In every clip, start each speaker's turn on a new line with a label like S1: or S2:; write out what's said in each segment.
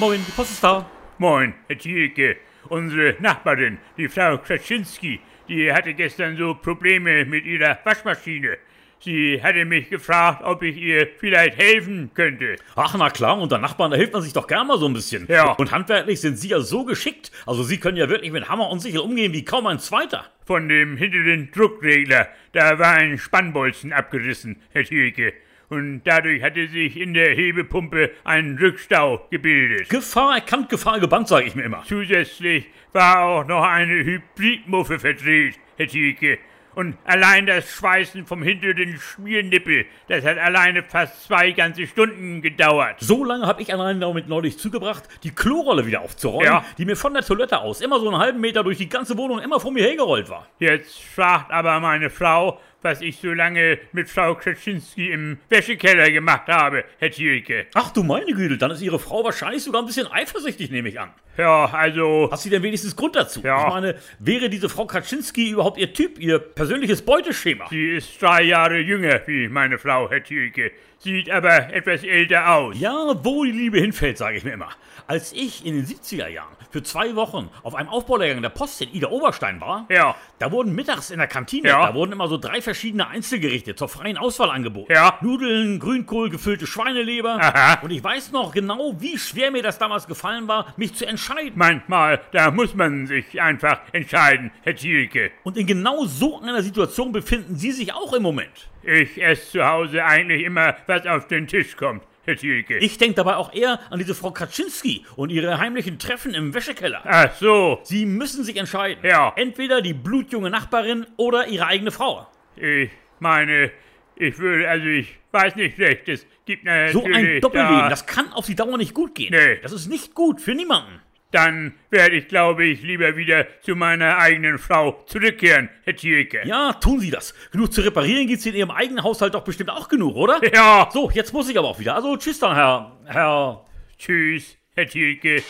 S1: Moin, die Post ist da.
S2: Moin, Herr Thielke. Unsere Nachbarin, die Frau Kraschinski, die hatte gestern so Probleme mit ihrer Waschmaschine. Sie hatte mich gefragt, ob ich ihr vielleicht helfen könnte.
S1: Ach, na klar, unter Nachbarn, da hilft man sich doch gern mal so ein bisschen.
S2: Ja.
S1: Und handwerklich sind Sie ja so geschickt. Also Sie können ja wirklich mit Hammer und Sichel umgehen wie kaum ein Zweiter.
S2: Von dem hinteren Druckregler, da war ein Spannbolzen abgerissen, Herr Thielke. Und dadurch hatte sich in der Hebepumpe ein Rückstau gebildet.
S1: Gefahr erkannt, Gefahr gebannt, sage ich mir immer.
S2: Zusätzlich war auch noch eine Hybridmuffe verdreht, Herr Thielke. Und allein das Schweißen vom hinteren Schmiernippel, das hat alleine fast zwei ganze Stunden gedauert.
S1: So lange habe ich allein damit neulich zugebracht, die Klorolle wieder aufzuräumen,
S2: Ja.
S1: die mir von der Toilette aus immer so einen halben Meter durch die ganze Wohnung immer vor mir hergerollt war.
S2: Jetzt fragt aber meine Frau, was ich so lange mit Frau Kraschinski im Wäschekeller gemacht habe, Herr Thielke.
S1: Ach du meine Güte, dann ist Ihre Frau wahrscheinlich sogar ein bisschen eifersüchtig, nehme ich an.
S2: Ja, also,
S1: Hast du denn wenigstens Grund dazu?
S2: Ja.
S1: Ich meine, wäre diese Frau Kaczynski überhaupt ihr Typ, ihr persönliches Beuteschema?
S2: sie ist drei Jahre jünger wie meine Frau, Herr Thielke, sieht aber etwas älter aus.
S1: Ja, wo die Liebe hinfällt, sage ich mir immer. Als ich in den 70er Jahren für zwei Wochen auf einem Aufbaulehrgang der Post in Ida Oberstein war,
S2: Ja,
S1: da wurden mittags in der Kantine,
S2: Ja.
S1: da wurden immer so drei verschiedene Einzelgerichte zur freien Auswahl angeboten.
S2: Ja.
S1: Nudeln, Grünkohl, gefüllte Schweineleber.
S2: Aha.
S1: Und ich weiß noch genau, wie schwer mir das damals gefallen war, mich zu entscheiden.
S2: manchmal, da muss man sich einfach entscheiden, Herr Thielke.
S1: Und in genau so einer Situation befinden Sie sich auch im Moment.
S2: Ich esse zu Hause eigentlich immer, was auf den Tisch kommt, Herr Thielke.
S1: Ich denke dabei auch eher an diese Frau Kaczynski und ihre heimlichen Treffen im Wäschekeller.
S2: Ach so,
S1: Sie müssen sich entscheiden.
S2: Ja.
S1: Entweder die blutjunge Nachbarin oder ihre eigene Frau.
S2: ich meine, ich würde, also ich weiß nicht recht, es gibt natürlich
S1: So ein
S2: da,
S1: Doppelleben, das kann auf die Dauer nicht gut gehen.
S2: Nee.
S1: Das ist nicht gut für niemanden.
S2: Dann werde ich, glaube ich, lieber wieder zu meiner eigenen Frau zurückkehren, Herr Thielke.
S1: Ja, tun Sie das. Genug zu reparieren gibt's in Ihrem eigenen Haushalt doch bestimmt auch genug, oder?
S2: ja.
S1: So, jetzt muss ich aber auch wieder. Also tschüss dann, Herr, Herr
S2: Tschüss, Herr Thielke.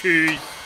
S2: Tschüss.